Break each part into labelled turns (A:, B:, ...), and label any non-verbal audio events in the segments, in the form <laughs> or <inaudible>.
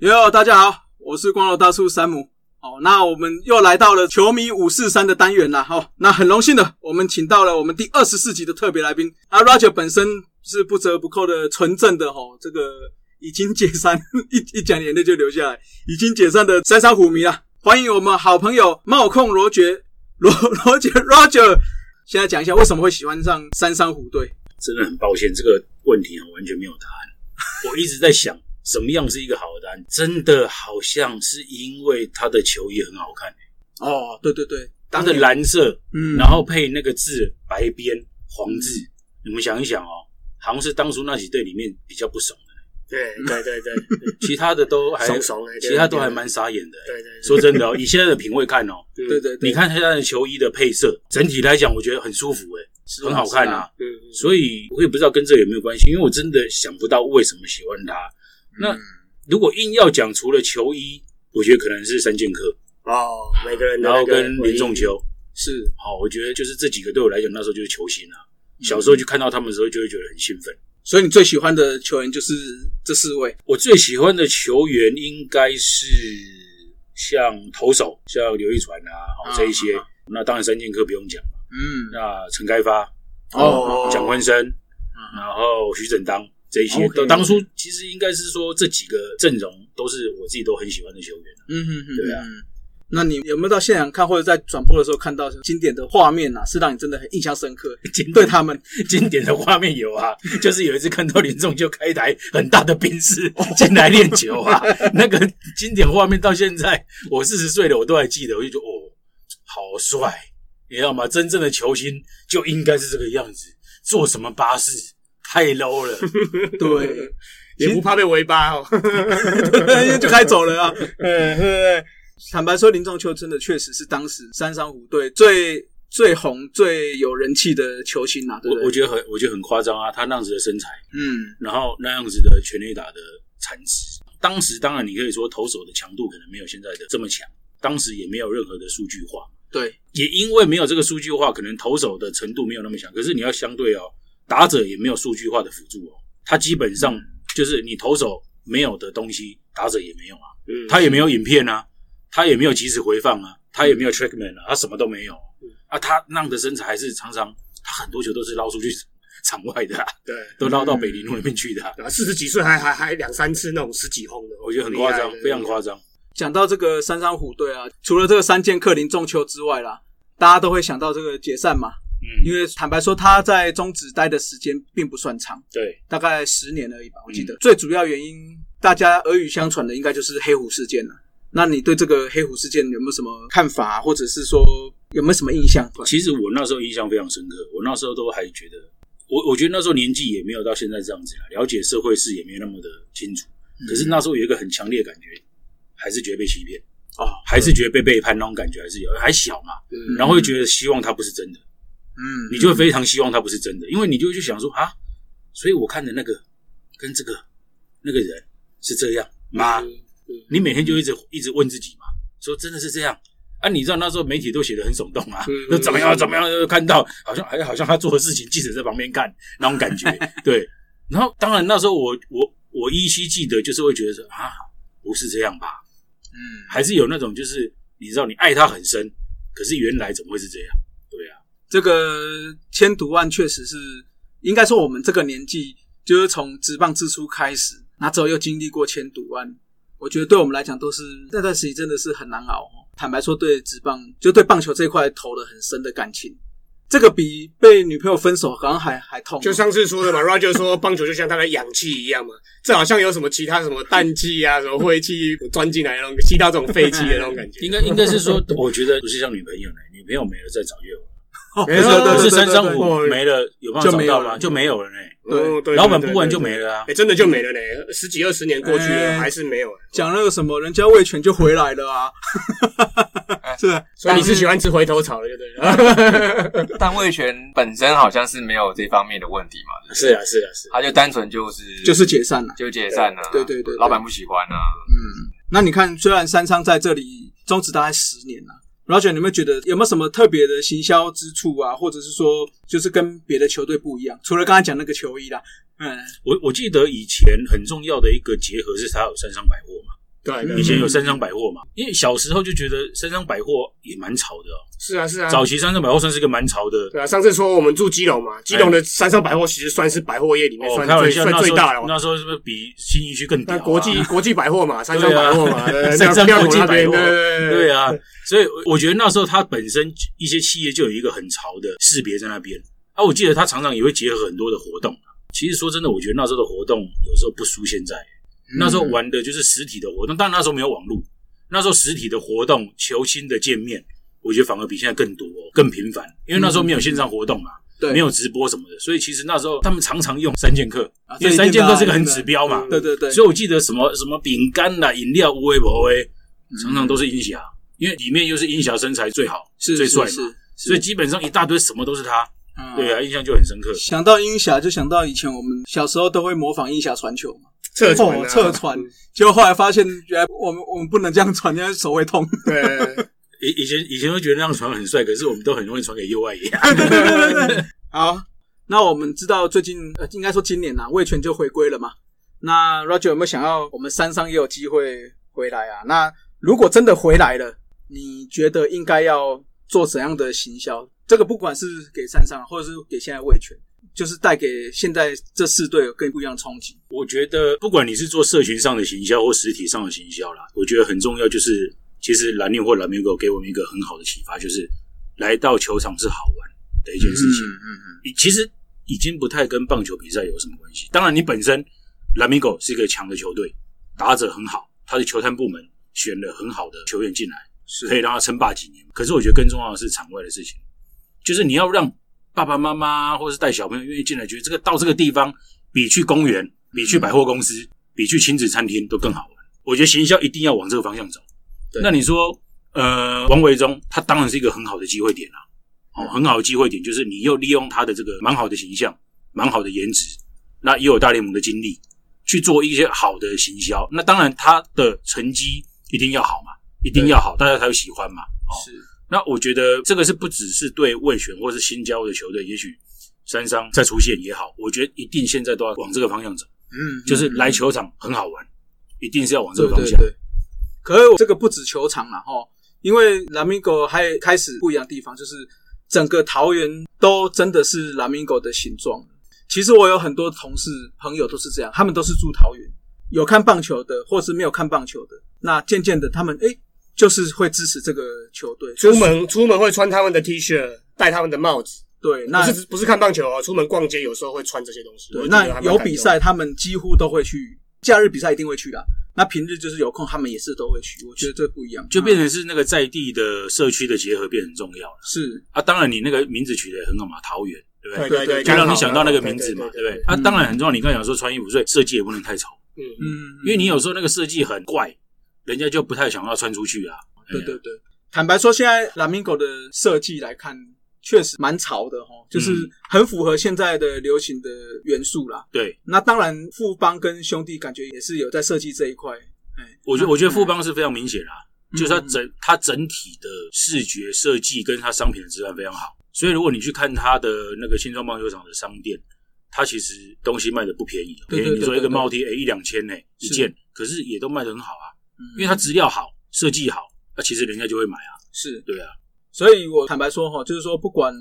A: 哟，大家好，我是光头大叔山姆。哦，那我们又来到了球迷五四三的单元啦。哦，那很荣幸的，我们请到了我们第二十四集的特别来宾。啊，Roger 本身是不折不扣的纯正的哦，这个已经解散， <laughs> 一一讲眼泪就流下来，已经解散的三山虎迷啦。欢迎我们好朋友冒控罗爵罗罗杰 Roger。现在讲一下为什么会喜欢上三山虎队。
B: 真的很抱歉，这个问题啊完全没有答案。 <laughs> 我一直在想，什么样是一个好的答案？真的好像是因为他的球衣很好看，
A: 哦，对对对，
B: 它
A: 当
B: 的
A: 然，
B: 蓝色，
A: 嗯，
B: 然后配那个字白边黄字。
A: 嗯
B: 你们想一想哦，好像是当初那几队里面比较不爽
C: 对对对对对，
A: 嗯
B: 的，其他的都还
C: 爽爽的，
B: 其他都还蛮傻眼的。
C: 对嗯对，
B: 说真的哦，以现在的品味看哦，
A: 对
C: 对，
A: 对 <laughs> 对，
B: 你看现在的球衣的配色，整体来讲我觉得很舒服诶、
A: 是
B: 很好看啊。。
C: 嗯，
B: 所以我也不知道跟这有没有关系，因为我真的想不到为什么喜欢他。
A: 嗯
B: 那如果硬要讲，除了球衣，我觉得可能是三剑客，
C: 哦，每个人的
B: 然后跟林仲
C: 球，
B: 秋。
A: 是
B: 好，我觉得就是这几个对我来讲，那时候就是球星啊。
A: 嗯
B: 小时候去看到他们的时候，就会觉得很兴奋。
A: 所以你最喜欢的球员就是这四位
B: 我最喜欢的球员应该是像投手，像刘一传啊，
A: 啊
B: 好这一些
A: 啊。
B: 那当然三剑客不用讲了，
A: 嗯，
B: 那陈开发、
A: 哦
B: 蒋焕生，然后徐整当这一些，
A: OK
B: 都当初其实应该是说这几个阵容都是我自己都很喜欢的球员。
A: 嗯哼哼，
B: 对啊
A: 嗯。那你有没有到现场看，或者在转播的时候看到经典的画面啊？是让你真的很印象深刻？
B: 经
A: 对他们，
B: 经典的画面有啊， <laughs> 就是有一次看到林仲就开一台很大的宾士进来练球啊， <laughs> 那个经典画面到现在我四十岁了，我都还记得，我就觉得哦，好帅，你知道吗？真正的球星就应该是这个样子，坐什么巴士太 low 了。
A: 对，
C: 也不怕被围巴哦。
A: 就开走了啊。坦白说，林仲秋真的确实是当时三山虎队最最红、最有人气的球星啊，对不
B: 我
A: 对？
B: 我觉得很我觉得很夸张啊，他那样子的身材，
A: 嗯，
B: 然后那样子的全垒打的产值，当时当然你可以说投手的强度可能没有现在的这么强，当时也没有任何的数据化，
A: 对，
B: 也因为没有这个数据化，可能投手的程度没有那么强。可是你要相对哦，打者也没有数据化的辅助哦，他基本上就是你投手没有的东西，打者也没有啊，
C: 嗯，
B: 他也没有影片啊，他也没有即时回放啊，他也没有 trackman 啊，他什么都没有啊，他那样的身材还是常常他很多球都是捞出去场外的、啊，
C: 对，
B: 都捞到北林路那边去的啊、
C: 然后四十几岁还还还两三次那种十几轰的，
B: 我觉得很夸张，非常
C: 张。
B: 夸张。
A: 讲到这个三山虎队啊，除了这个三剑客林仲秋之外啦，大家都会想到这个解散嘛，因
B: 嗯，
A: 为坦白说，他在中职待的时间并不算长，
B: 对，
A: 大概十年而已吧，我记
B: 嗯
A: 得。最主要原因，大家耳语相传的应该就是黑虎事件了。那你对这个黑虎事件有没有什么看法，啊或者是说有没有什么印象？
B: 其实我那时候印象非常深刻，我那时候都还觉得，我我觉得那时候年纪也没有到现在这样子了，了解社会事也没有那么的清楚。可是那时候有一个很强烈的感觉，还是觉得被欺骗，
A: 哦，
B: 还是觉得被背叛那种感觉，还是有，还小嘛，
C: 嗯
B: 然后会觉得希望它不是真的，
A: 嗯，
B: 你就会非常希望它不是真的，因为你就会去想说啊，所以我看的那个跟这个那个人是这样吗？
C: 嗯
B: 你每天就一直一直问自己嘛，说真的是这样啊？你知道那时候媒体都写的很耸动啊
C: 嗯，
B: 都怎么样怎么样，就看到好像哎，好像他做的事情，记者在旁边看那种
C: <laughs>
B: 感觉，对。然后当然那时候我我我依稀记得，就是会觉得说啊，不是这样吧？
A: 嗯，
B: 还是有那种就是你知道你爱他很深，可是原来怎么会是这样？对啊，
A: 这个千读万确实是，应该说我们这个年纪，就是从职棒之初开始，那之后又经历过千读万，我觉得对我们来讲都是那段时间真的是很难熬哦。坦白说，对职棒就对棒球这一块投了很深的感情，这个比被女朋友分手好像还还痛哦。 <laughs>
C: 就上次
B: <laughs>
C: 说的嘛，Roger 说棒球就像他的氧气一样嘛，这好像有什么其他什么氮气啊、什么晦气钻进来那种，吸到这种废气的那种
B: <laughs>
C: 感觉。嗯
B: 应该应该是
C: <laughs>
B: 说，我觉得不是像女朋友呢，女朋友没了再找越晚，
C: 没错
B: 可是
A: 哦
B: 三
A: 对
B: 三
A: 对
B: 五没了有办法
A: 就
B: 找
A: 没有
B: 到
A: 了
B: 吗？就没有了呢，
C: 哦，对，
B: 老板不玩就没了啊
C: 哎、。真的就没了呢，十几二十年过去了，
A: 哎
C: 还是没有啊了。
A: 讲那个什么，人家魏权就回来了啊， <laughs>
C: 哎
A: 是啊
C: 所以你是喜欢吃回头草的，就对
B: <laughs>
C: 了。 <laughs> 啊
D: <laughs> 但魏权本身好像是没有这方面的问题嘛，对不对
B: 是啊，是啊，是啊。
D: 他就单纯就是
A: 就是解散了。
D: 就解散了、啊，
A: 对对对对
D: 老板不喜欢啊，
A: 嗯，那你看，虽然三仓在这里终止大概十年了、啊、，Roger，你有没有觉得有没有什么特别的行销之处啊，或者是说就是跟别的球队不一样？除了刚才讲那个球衣啦，嗯，
B: 我我记得以前很重要的一个结合是它有三商百货嘛，
C: 对，啊对
B: 以前有
A: 嗯
B: 三商百货嘛，因为小时候就觉得三商百货也蛮潮的、哦，
C: 是啊是啊，
B: 早期三商百货算是个蛮潮的。
C: 对啊，上次说我们住基隆嘛，基隆的山上百货其实算是百货业里面
B: 哎哦，
C: 算
B: 开
C: 最
B: 玩笑，那时
C: 算最
B: 候
C: 大了嘛。
B: 那时候是不是比新一区更屌、
C: 那
B: 啊？
C: 国际国际百货嘛，山上
B: 对啊
C: 百货
B: <laughs>
C: 嘛，对
B: 山上
C: 庙口
B: 国际
C: 那
B: 百
C: 边
B: 货
C: 对
B: 对啊，所以我觉得那时候它本身一些企业就有一个很潮的识别在那边。啊，我记得它常常也会结合很多的活动。啊其实说真的，我觉得那时候的活动有时候不输现在。
A: 嗯
B: 那时候玩的就是实体的活动，但那时候没有网络，那时候实体的活动、球星的见面，我觉得反而比现在更多、更频繁，因为那时候没有线上活动嘛，
A: 嗯对，
B: 没有直播什么的，所以其实那时候他们常常用三剑客，
A: 啊
B: 因为
A: 这一
B: 三
A: 定
B: 剑
A: 的啊
B: 客是个很指标嘛，
C: 嗯
A: 对对对，
B: 所以我记得什么什么饼干啦、饮料、微博诶，
A: 嗯
B: 常常都是英霞，因为里面又是英霞身材最好、
A: 是
B: 最帅
A: 是
B: 嘛，
A: 是
B: 所以基本上一大堆什么都是他。
A: 啊
B: 对啊，印象就很深刻。
A: 想到鹰侠，就想到以前我们小时候都会模仿鹰侠传球嘛，
C: 侧传啊
A: 哦侧传，结果后来发现原来我们我们不能这样传，因为手会痛。
C: 对对对
B: 以以前以前会觉得那样传很帅，可是我们都很容易传给右
A: <laughs>
B: 外野。
A: 好，那我们知道最近呃，应该说今年啦、魏权就回归了嘛。那 Roger 有没有想要我们三商也有机会回来啊？那如果真的回来了，你觉得应该要做怎样的行销？这个不管是给三商，或者是给现在魏权，就是带给现在这四队有更不一样的冲击。
B: 我觉得不管你是做社群上的行销或实体上的行销啦，我觉得很重要就是，其实蓝牛或蓝牛狗给我们一个很好的启发，就是来到球场是好玩的一件事情。
D: 嗯
B: 已其实已经不太跟棒球比赛有什么关系。当然，你本身蓝米狗是一个强的球队，打者很好，他的球探部门选了很好的球员进来，
A: 是
B: 可以让他称霸几年。可是我觉得更重要的是场外的事情，就是你要让爸爸妈妈或是带小朋友愿意进来，觉得这个到这个地方比去公园、比去百货公司、比去亲子餐厅都更好玩。我觉得行销一定要往这个方向走。
D: 对
B: 那你说，呃，王维忠他当然是一个很好的机会点啊，哦，很好的机会点就是你又利用他的这个蛮好的形象、蛮好的颜值，那也有大联盟的经历，去做一些好的行销。那当然他的成绩一定要好嘛，一定要好，大家才会喜欢嘛。哦，
A: 是
B: 那我觉得这个是不只是对魏权或是新加入的球队，也许三商再出现也好，我觉得一定现在都要往这个方向走，
A: 嗯
B: 就是来球场很好玩，一定是要往这个啊方向。
A: 对对对可是这个不止球场了哈，因为拉米狗还开始不一样的地方，就是整个桃园都真的是拉米狗的形状。其实我有很多同事朋友都是这样，他们都是住桃园，有看棒球的，或是没有看棒球的。那渐渐的，他们诶就是会支持这个球队。
C: 出门出门会穿他们的 T 恤，戴他们的帽子，
A: 对，
C: 不
A: 那
C: 是不是看棒球哦，出门逛街有时候会穿这些东西。我
A: 对，
C: 觉得还
A: 那
C: 蛮
A: 有
C: 感
A: 比
C: 动
A: 赛，他们几乎都会去，假日比赛一定会去的。那平日就是有空，他们也是都会去。我觉得这不一样，
B: 就变
A: 嗯
B: 成是那个在地的社区的结合变很重要了
A: 是
B: 啊！当然，你那个名字取得也很好嘛，桃园，对不对？
C: 对对对，
B: 就
A: 啊
B: 让你
C: 刚好
B: 想到那个名字嘛，对
C: 对
B: 不
C: 对
A: 嗯
B: 对？？啊，当然很重要。你刚才讲说穿衣服，所以设计也不能太丑，
C: 对嗯，
A: 嗯，
B: 因为你有时候那个设计很怪，人家就不太想要穿出去啊。
A: 对对对，坦白说，现在拉米狗的设计来看，确实蛮潮的哈，就是很符合现在的流行的元素啦。
B: 对，
A: 那当然，富邦跟兄弟感觉也是有在设计这一块。哎，
B: 我觉得我觉得富邦是非常明显啦，
A: 嗯
B: 就是它整它整体的视觉设计跟它商品的质量非常好，所以如果你去看它的那个新庄棒球场的商店，它其实东西卖的不便宜，
A: 对对
B: 便宜你说
A: 对对
B: 一个
A: 对
B: 帽 T 哎一两千呢一
A: 是
B: 件，可是也都卖的很好啊，
A: 嗯
B: 因为它质量好，设计好，那其实人家就会买啊，
A: 是
B: 对啊，
A: 所以我坦白说哈，就是说不管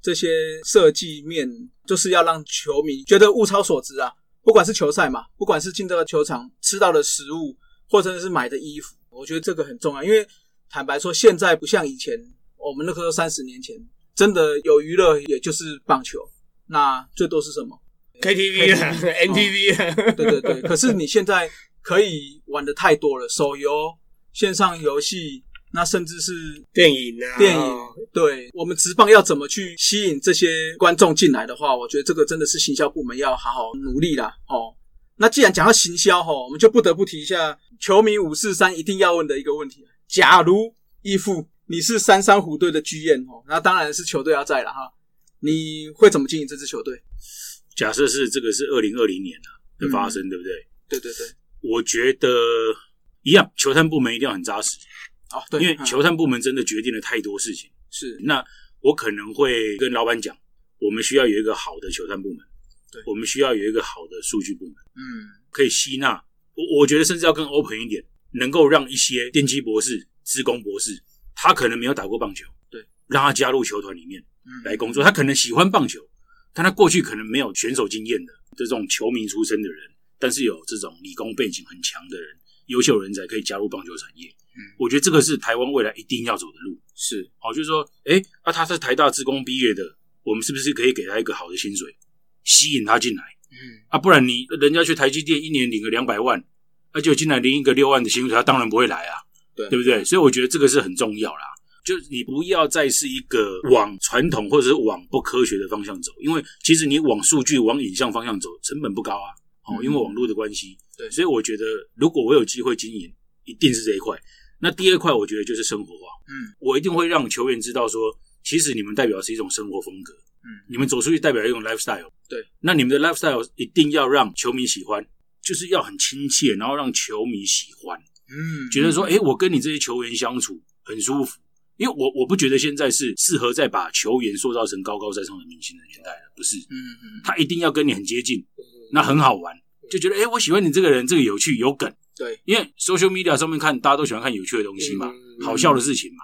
A: 这些设计面，就是要让球迷觉得物超所值啊。不管是球赛嘛，不管是进这个球场吃到的食物，或者是买的衣服，我觉得这个很重要。因为坦白说，现在不像以前，我们那个时候三十年前，真的有娱乐也就是棒球，那最多是什
B: <laughs>
A: 么？
C: KTV 啊 <laughs> NTV 啊，
A: 对对对，可是你现在可以玩的太多了，手游、线上游戏，那甚至是
C: <laughs> 电影啊，
A: 电影，对我们职棒要怎么去吸引这些观众进来的话，我觉得这个真的是行销部门要好好努力啦。哦，那既然讲到行销哈，我们就不得不提一下球迷五四三一定要问的一个问题：假如义父你是三山虎队的剧院哦，那当然是球队要在了哈，你会怎么经营这支球队？
B: 假设是这个是二零二零年啊的发
A: 嗯
B: 生，对不对？
A: 对对对，
B: 我觉得一样，球探部门一定要很扎实，
A: 哦对，
B: 因为
A: 嗯
B: 球探部门真的决定了太多事情。
A: 是
B: 那我可能会跟老板讲，我们需要有一个好的球探部门，
A: 对
B: 我们需要有一个好的数据部门，
A: 嗯
B: 可以吸纳。我我觉得甚至要更 open 一点，能够让一些电机博士、职工博士，他可能没有打过棒球，
A: 对，
B: 让他加入球团里面
A: 嗯
B: 来工作，他可能喜欢棒球，但他过去可能没有选手经验的这种球迷出身的人，但是有这种理工背景很强的人，优秀人才可以加入棒球产业。
A: 嗯
B: 我觉得这个是台湾未来一定要走的路。
A: 是
B: 哦，就是说，诶，啊，他是台大职工毕业的，我们是不是可以给他一个好的薪水，吸引他进来？
A: 嗯，
B: 啊，不然你人家去台积电一年领个两百万，那、就进来领一个六万的薪水，他当然不会来啊，
A: 对
B: 对不对？所以我觉得这个是很重要啦，就是你不要再是一个往传统或者是往不科学的方向走，因为其实你往数据、往影像方向走，成本不高啊，哦，
A: 嗯
B: 因为网络的关系，
A: 对
B: 所以我觉得如果我有机会经营，一定是这一块。那第二块，我觉得就是生活化，
A: 嗯，
B: 我一定会让球员知道说，其实你们代表的是一种生活风格，
A: 嗯，
B: 你们走出去代表一种 lifestyle，
A: 对，
B: 那你们的 lifestyle 一定要让球迷喜欢，就是要很亲切，然后让球迷喜欢，
A: 嗯，
B: 觉得说，诶，我跟你这些球员相处很舒服，因为我我不觉得现在是适合再把球员塑造成高高在上的明星的年代了，不是，
A: 嗯嗯，
B: 他一定要跟你很接近，那很好玩，就觉得，诶，我喜欢你这个人，这个有趣有梗，
A: 对，
B: 因为 social media 上面看大家都喜欢看有趣的东西嘛，
C: 嗯
B: 好笑的事情嘛，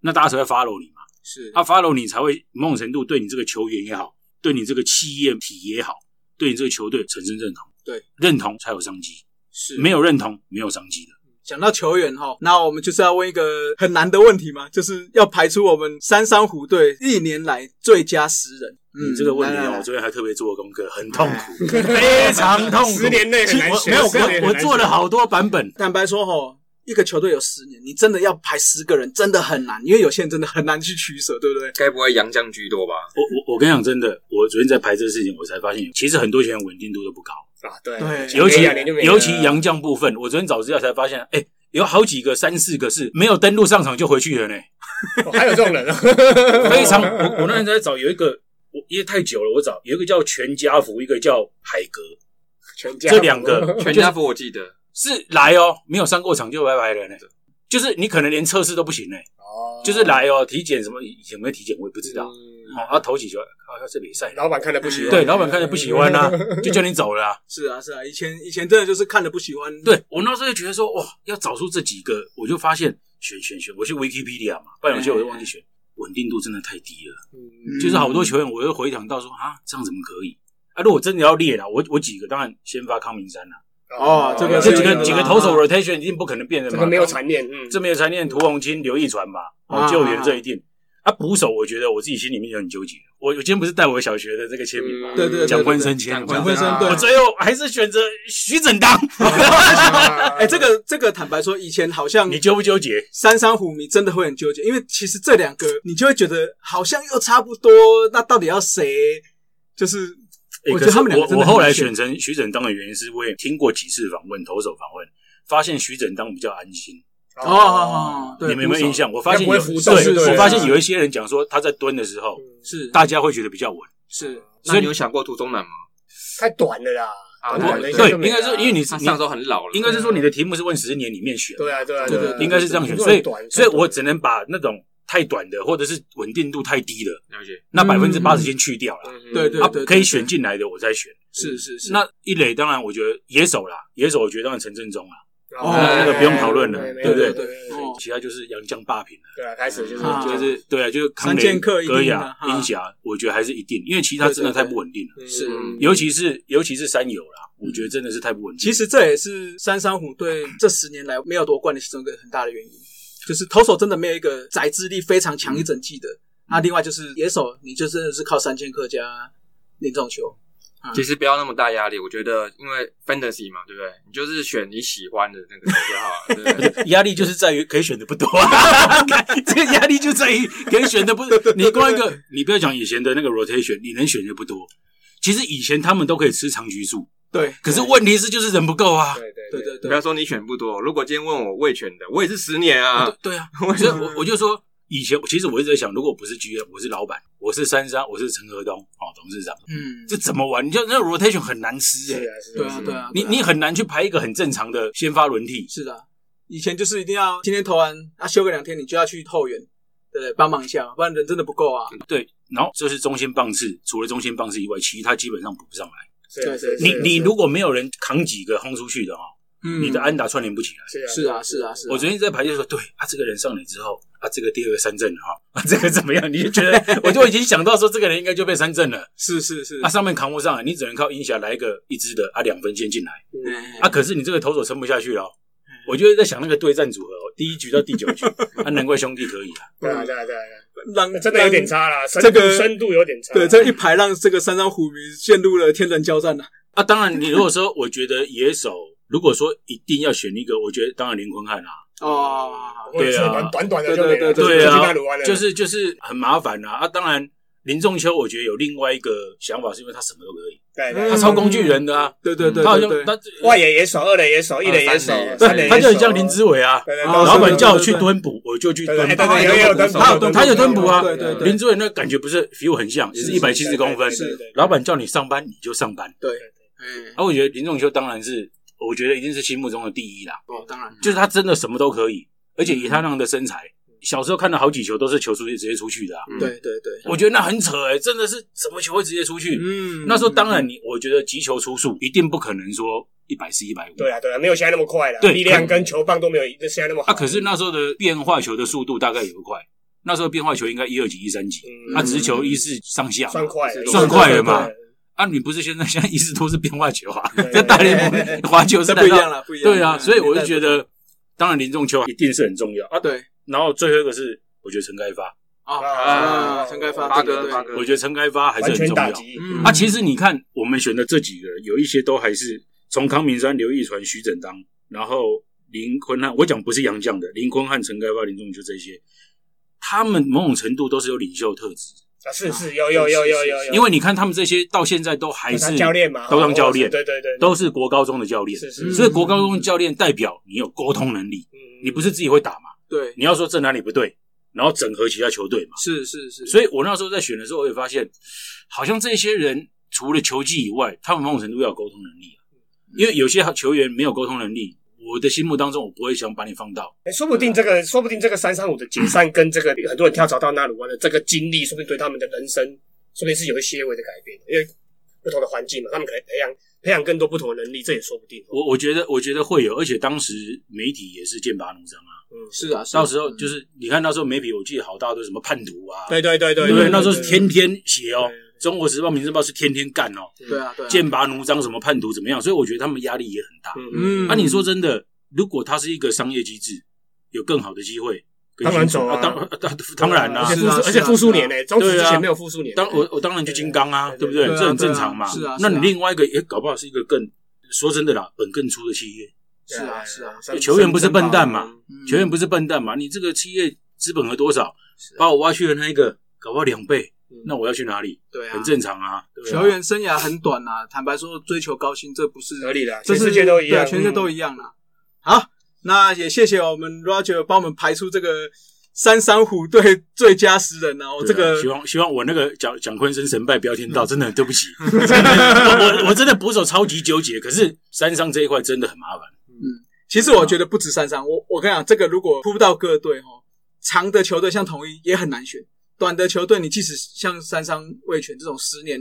B: 那大家才会 follow 你嘛。
A: 是
B: 他 follow 你才会某种程度对你这个球员也好，对你这个企业体也好，对你这个球队产生认同。
A: 对，
B: 认同才有商机，
A: 是
B: 没有认同没有商机的。
A: 讲到球员哈，那我们就是要问一个很难的问题嘛，就是要排出我们三山虎队历年来最佳十人。
C: 嗯
B: 你这个问题
A: 来来
B: 啊，
A: 来
B: 我昨天还特别做了功课，很痛苦，非常痛苦。
C: 哎 <laughs> 十年内很难
B: 我
C: 选
B: 没有，
C: 十年
B: 我
C: 很
B: 我
C: 难
B: 做了好多版本。
A: 坦白说哈，一个球队有十年，你真的要排十个人，真的很难，因为有些人真的很难去取舍，对不对？
D: 该不会杨将居多吧？
B: 我我我跟你讲，真的，我昨天在排这个事情，我才发现，其实很多球员稳定度都不高，
C: 啊，对
A: 对
B: 尤其
C: 两年就没了
B: 尤其洋将部分，我昨天早知道才发现，哎、有好几个三四个是没有登陆上场就回去了呢。
C: 哦还有这种人啊，
B: <laughs> 非常，我我那天在找有一个，我因为太久了，我找有一个叫全家福，一个叫海格，
C: 啊全家
B: 这两个
A: 哦
D: 全家福我记得，
B: 是来哦，没有上过场就拜拜了呢。就是你可能连测试都不行呢、
C: 哦
B: 就是来哦，体检什么以前有没有体检我也不知道。哦，
C: 嗯
B: 他、啊、头几球，啊，这比赛，
C: <laughs> 老板看的不喜欢，
B: 对老板看着不喜欢啦、 <laughs> 就叫你走了、啊。
A: 是啊，是啊，以前以前真的就是看了不喜欢，，
B: 对我那时候就觉得说，哇，要找出这几个，我就发现选选选，我去 Wikipedia 嘛，不然有些我就忘记选，稳定度真的太低了。
C: 嗯
B: 就是好多球员，我又回想到说啊，这样怎么可以？啊，如果真的要列啦，我我几个当然先发康明山啦，
A: 哦这个
B: 这几
A: 有啊
B: 个
A: 有
B: 几个
A: 有
B: 投手 rotation 一定不可能变的
C: 啊这
B: 嘛，啊
C: 个没有残念，嗯，
B: 这没有残念，涂红清、刘义传嘛，
A: 啊
B: 哦，救援这一定。啊，捕手我觉得我自己心里面就很纠结。我我今天不是带我小学的这个签名吗？
C: 嗯对对对
B: 蒋坤生签名，
A: 蒋坤生对
B: 啊我最后还是选择徐整当。
C: 啊
A: 哎，这个这个坦白说，以前好像
B: 你纠不纠结？
A: 三山虎迷真的会很纠结，因为其实这两个你就会觉得好像又差不多，那到底要谁？就是
B: 欸
A: 我觉
B: 可
A: 得
B: 是
A: 他们两个
B: 我
A: 真的
B: 我
A: 很
B: 后来
A: 明显
B: 选成徐整当的原因是，我也听过几次访问，投手访问，发现徐整当比较安心。
A: 哦哦哦，对，
B: 嗯你们有没有印象？我发现
C: 不会
B: 有
C: 浮动
A: 是不是
B: 对，我发现有一些人讲说他在蹲的时候，
A: 是
B: 大家会觉得比较稳。
A: 是
D: 那你有想过涂中南吗？
C: 太短了啦，
D: 啊
C: 短了
D: 对
C: 一下
B: 对
C: 就，没
B: 应该
C: 了啊
B: 是因为你
D: 他
B: 你
D: 上周很老了，
B: 应该是说你的题目是问十年里面选，
C: 对啊对啊
A: 对对
C: 对
A: 对
C: 啊，
B: 应该是这样选，
C: 这
B: 所
C: 种
B: 以
C: 短，
B: 所以我只能把那种太短的或者是稳定度太低的
D: 了解。嗯
B: 那
A: 嗯
B: 百分之八十先去掉了，
A: 对对
B: 啊
A: 嗯对，
B: 可以选进来的我再选。
A: 是是是，
B: 嗯那一垒当然我觉得野手啦，野手我觉得当然陈振中啦，
A: 哦
B: 那个不用讨论了
C: 对
B: 对不对
C: 对
A: 哦
B: 其他就是杨将霸平了，
C: 对啊，开始就是
A: 啊
B: 就是对啊，就是康
A: 三
B: 雷、
A: 剑客一定
B: 戈
A: 的啊
B: 雅、
A: 哈
B: 英霞，我觉得还是一定，因为其他真的太不稳定了，
A: 是
C: 嗯
B: 尤其是尤其是三友啦，我觉得真的是太不稳
A: 嗯
B: 定。
A: 其实这也是三山虎队这十年来没有夺冠的其中一个很大的原因，就是投手真的没有一个宰制力非常强一整季的。
B: 嗯
A: 那、另外就是野手，你就真的是靠三千克加林中球。
D: 其实不要那么大压力，我觉得因为 fantasy 嘛，对不对？你就是选你喜欢的那个就好了，对不对？
B: 压力就是在于可以选的不多，
A: <laughs>
B: 这个压力就在于 <laughs> 可以选的不。你光一个，你不要讲以前的那个 rotation，你能选的不多。其实以前他们都可以吃长局数，
A: 对，
B: 可是问题是就是人不够啊。
C: 对
A: <laughs>
C: 对
A: 对对
D: 不要
A: 对，
D: 说你选不多，如果今天问我魏权的，我也是十年啊
A: 哦
B: 对，对啊，所以我我就说，以前其实我一直在想，如果我不是 GM，我是老板，我是珊珊，我是陈河东哦，董事长，
A: 嗯，
B: 这怎么玩？你就那个 rotation 很难吃
C: 是
B: 哎、
C: 啊是
A: 对
C: 啊
A: 啊对啊，
B: 你
A: 对啊
B: 你很难去排一个很正常的先发轮替。
A: 是的啊，以前就是一定要今天投完，啊休个两天，你就要去后援，对不对？帮忙一下，不然人真的不够啊。
B: 对，然后这是中线棒次，除了中线棒次以外，其他基本上补不上来。
C: 是啊是啊是啊
B: 你
C: 是啊
B: 你如果没有人扛几个轰出去的哦，
A: 嗯
B: 你的安打串联不起来。
C: 是啊，
A: 是啊是啊是啊，
B: 我昨天在排队说，对啊，这个人上垒之后，啊，这个第二个三振了哈，啊，这个怎么样？你就觉得， <laughs> 我就已经想到说，这个人应该就被三振了，
A: 是是是
B: 啊，，上面扛不上来，你只能靠阴霞来一个一支的啊，两分先进来
A: 哎
B: 啊，可是你这个投手撑不下去了哦，我就在想那个对战组合哦，第一局到第九 <laughs> 局，啊，难怪兄弟可以啊，
C: 对啊，对啊，对啊，对啊
A: 让
C: 真的有点。差啦，深
A: 这
C: 度
A: 个
C: 深度有点差。
A: 让对，这一排让这个三张虎迷陷入了天人交战了。
B: 啊，当然你如果说，我觉得野手如果说一定要选一个，我觉得当然林坤汉啊，
A: 哦，
C: 或者是
B: 对啊
C: 短短短的就没
A: 对对
C: 了，
A: 对
B: 对
C: 就去
B: 啊
C: 大鲁湾了，，
B: 就是就是很麻烦啊，啊，当然林仲秋我觉得有另外一个想法，是因为他什么都可以。
C: 对
A: 嗯
B: 他
C: 对。
B: 超工具人的啊，
A: 对对对
B: 他好
A: 对
B: 像
A: 对，
B: 他
C: 外野也守，二垒也守，一垒也守
D: 三垒也，守
C: 三垒
B: 啊对，
C: 也
B: 他就很像
C: 守
B: 林志伟啊，
C: 对对，
A: 啊
C: 都是
B: 老板
A: 对
B: 叫我
A: 对
B: 去
A: 对
B: 蹲捕，我就去
C: 对
B: 蹲
C: 对
B: 捕
C: 对，对，有有蹲捕，
A: 他有蹲
B: 他有蹲捕啊
A: 对对对
B: <laughs> 林志伟那感觉不是 feel 很像，也是
A: 是
B: 一百七十公分，
A: 是
B: 老板叫你上班你就上班。
A: 哎，
B: 啊，我觉得林仲秋当然是，我觉得一定是心目中的第一啦，
A: 哦，当然，
B: 就是他真的什么都可以，而且以他那样的身材，小时候看了好几球都是球出去直接出去的啊，
D: 嗯
A: 对对对，
B: 我觉得那很扯哎，真的是什么球会直接出去？
A: 嗯
B: 那时候当然你，我觉得击球出速一定不可能说一百是一百五，
C: 对啊，对啊，没有现在那么快了，
B: 对
C: 力量跟球棒都没有现在那么好。
B: 啊，可是那时候的变化球的速度大概也不快，那时候变化球应该一二级、一三级，
C: 嗯
B: 啊，只是球一是上下嘛，
C: 算快了，
B: 算快了嘛
C: 对？
B: 啊，你不是现在 <laughs> 现在一直都是变化球啊 <laughs>
C: 对对，
B: 在大联盟滑球是
A: 这不一
B: 难道
A: 样，了，嗯不一样。
B: 对啊，所以我就觉
A: 得
B: 得，当然林仲秋一定是很重要啊，
A: 对
B: 然后最后一个是。我觉得陈开发，
A: 啊
D: 啊
A: <laughs> 啊，陈开发
D: 八
A: 对
D: 哥
A: 对
D: 八哥
B: 我觉得陈开发还是
C: 完
B: 很
C: 全
B: 重
C: 打
B: 要。
C: 击，
A: 嗯
B: 啊，其实你看我们选的这几个人，有一些都还是从康明山、刘义传、徐整当，然后林坤汉，我讲不是杨将的，林坤汉、陈开发、林仲秋这些，他们某种程度都是有领袖特质，
C: 啊，是是，有有有有有有，
B: 因为你看他们这些到现在都还
C: 他
B: 是
C: 教练嘛，
B: 都当教
C: 哦
B: 练，
C: 对对对，
B: 都是国高中的教练，
C: 是是，
B: 所以国高中的教练代表你有沟通能
C: 嗯
B: 力，你不是自己会打嘛，
A: 对，
B: 你要说这哪里不对，然后整合其他球队嘛。
A: 是是是，
B: 所以我那时候在选的时候，我也发现，好像这些人除了球技以外，他们某种程度要有沟通能力、啊、因为有些球员没有沟通能力，我的心目当中我不会想把你放到。
C: 哎说不定这个，说不定这个三三五的解散跟这个很多人跳槽到纳鲁湾的这个经历，说不定对他们的人生，说不定是有一些微的改变，因为不同的环境嘛，他们可能培养培养更多不同的能力，这也说不定。哦
B: 我我觉得我觉得会有，而且当时媒体也是剑拔弩张啊。
C: 嗯，
A: 是啊，是啊
B: 到时候就是你看那时候媒体，我记得好大堆什么叛徒啊，
C: 对对对对，
B: 对不对？
C: 对
B: 那时候是天天写哦，
C: 对
B: 《中国时报》《民生报》是天天干哦，
A: 对啊对啊，
B: 剑拔弩张，什么叛徒怎么样？所以我觉得他们压力也很大。
C: 嗯，
A: 嗯，
B: 那、啊你说真的，如果它是一个商业机制，有更好的机会，
C: 当然走啊
B: 当 <laughs> 当当然啦、
C: 而且
A: 是啊
C: 复苏
A: 是啊
C: 而且复苏年呢，中职之
B: 对啊
C: 前没有复苏年，
B: 当我我当然就金刚啊，对
C: 对
B: 不对
A: 对啊？
B: 这很
A: 对啊
B: 正常嘛。
A: 是啊
B: 那你
A: 是啊
B: 另外一个也搞不好是一个更说真的啦，本更粗的企业，
A: 是啊是啊，
C: 三
B: 球员不是笨蛋嘛，
A: 嗯
B: 球员不是笨蛋嘛？你这个企业资本额多少，
A: 啊
B: 把我挖去的那一个搞不好两倍，那我要去哪里？
A: 嗯对啊，
B: 很正常啊。对啊
A: 球员生涯很短呐、坦白说，追求高薪这不是
C: 嗯合理的，
A: 这
C: 全
A: 是
C: 世界都一样，
A: 对，全世界都
C: 一
A: 一样啦。好，那也谢谢我们 Roger 帮我们排出这个三山虎队最佳十人啊，我、这
B: 对啊
A: 个
B: 希望希望我那个蒋蒋坤生神败不
A: <laughs>
B: 要听到，真的很对不起， <laughs> 真的我我我真的捕手超级纠结，可是山上这一块真的很麻烦。
A: 其实我觉得不止三山，我我跟你讲，这个如果铺到各队哦，长的球队像统一也很难选，短的球队你即使像三商卫权这种十年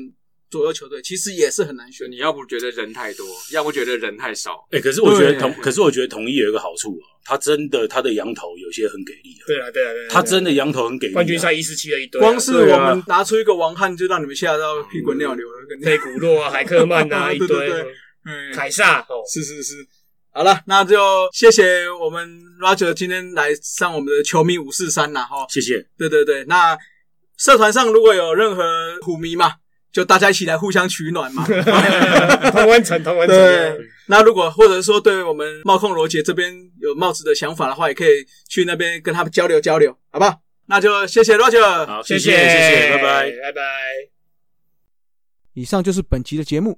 A: 左右球队，其实也是很难
D: 就
A: 选。
D: 你要不觉得人太多，要不觉得人太少，
B: 哎、可是我觉得
A: 对
B: 同，可是我觉得统一有一个好处哦，他真的他的羊头有些很给力的，
C: 对啊对啊对啊，
B: 他真的羊头很给力啊。
C: 冠军赛一四七的一堆啊，
A: 光是
B: 对
A: 我
B: 啊
A: 们拿出一个王汉，就让你们吓到屁滚尿流了。跟你
C: 内古洛啊、海克曼啊
A: <laughs>
C: 一
A: 对对
C: 堆
A: 对，嗯
C: 凯撒哦，
A: 是是是，好了，那就谢谢我们 Roger 今天来上我们的球迷五四三啦哈。
B: 谢谢，
A: 对对对，那社团上如果有任何虎迷嘛，就大家一起来互相取暖 <laughs> 嘛。
C: <laughs> 同温层同温层啊
A: 对，，那如果或者说对我们冒控罗杰这边有帽子的想法的话，也可以去那边跟他们交流交流，好不好？那就谢谢 Roger，
B: 好，
C: 谢
B: 谢谢谢，拜拜。
C: 拜拜。
A: 以上就是本集的节目。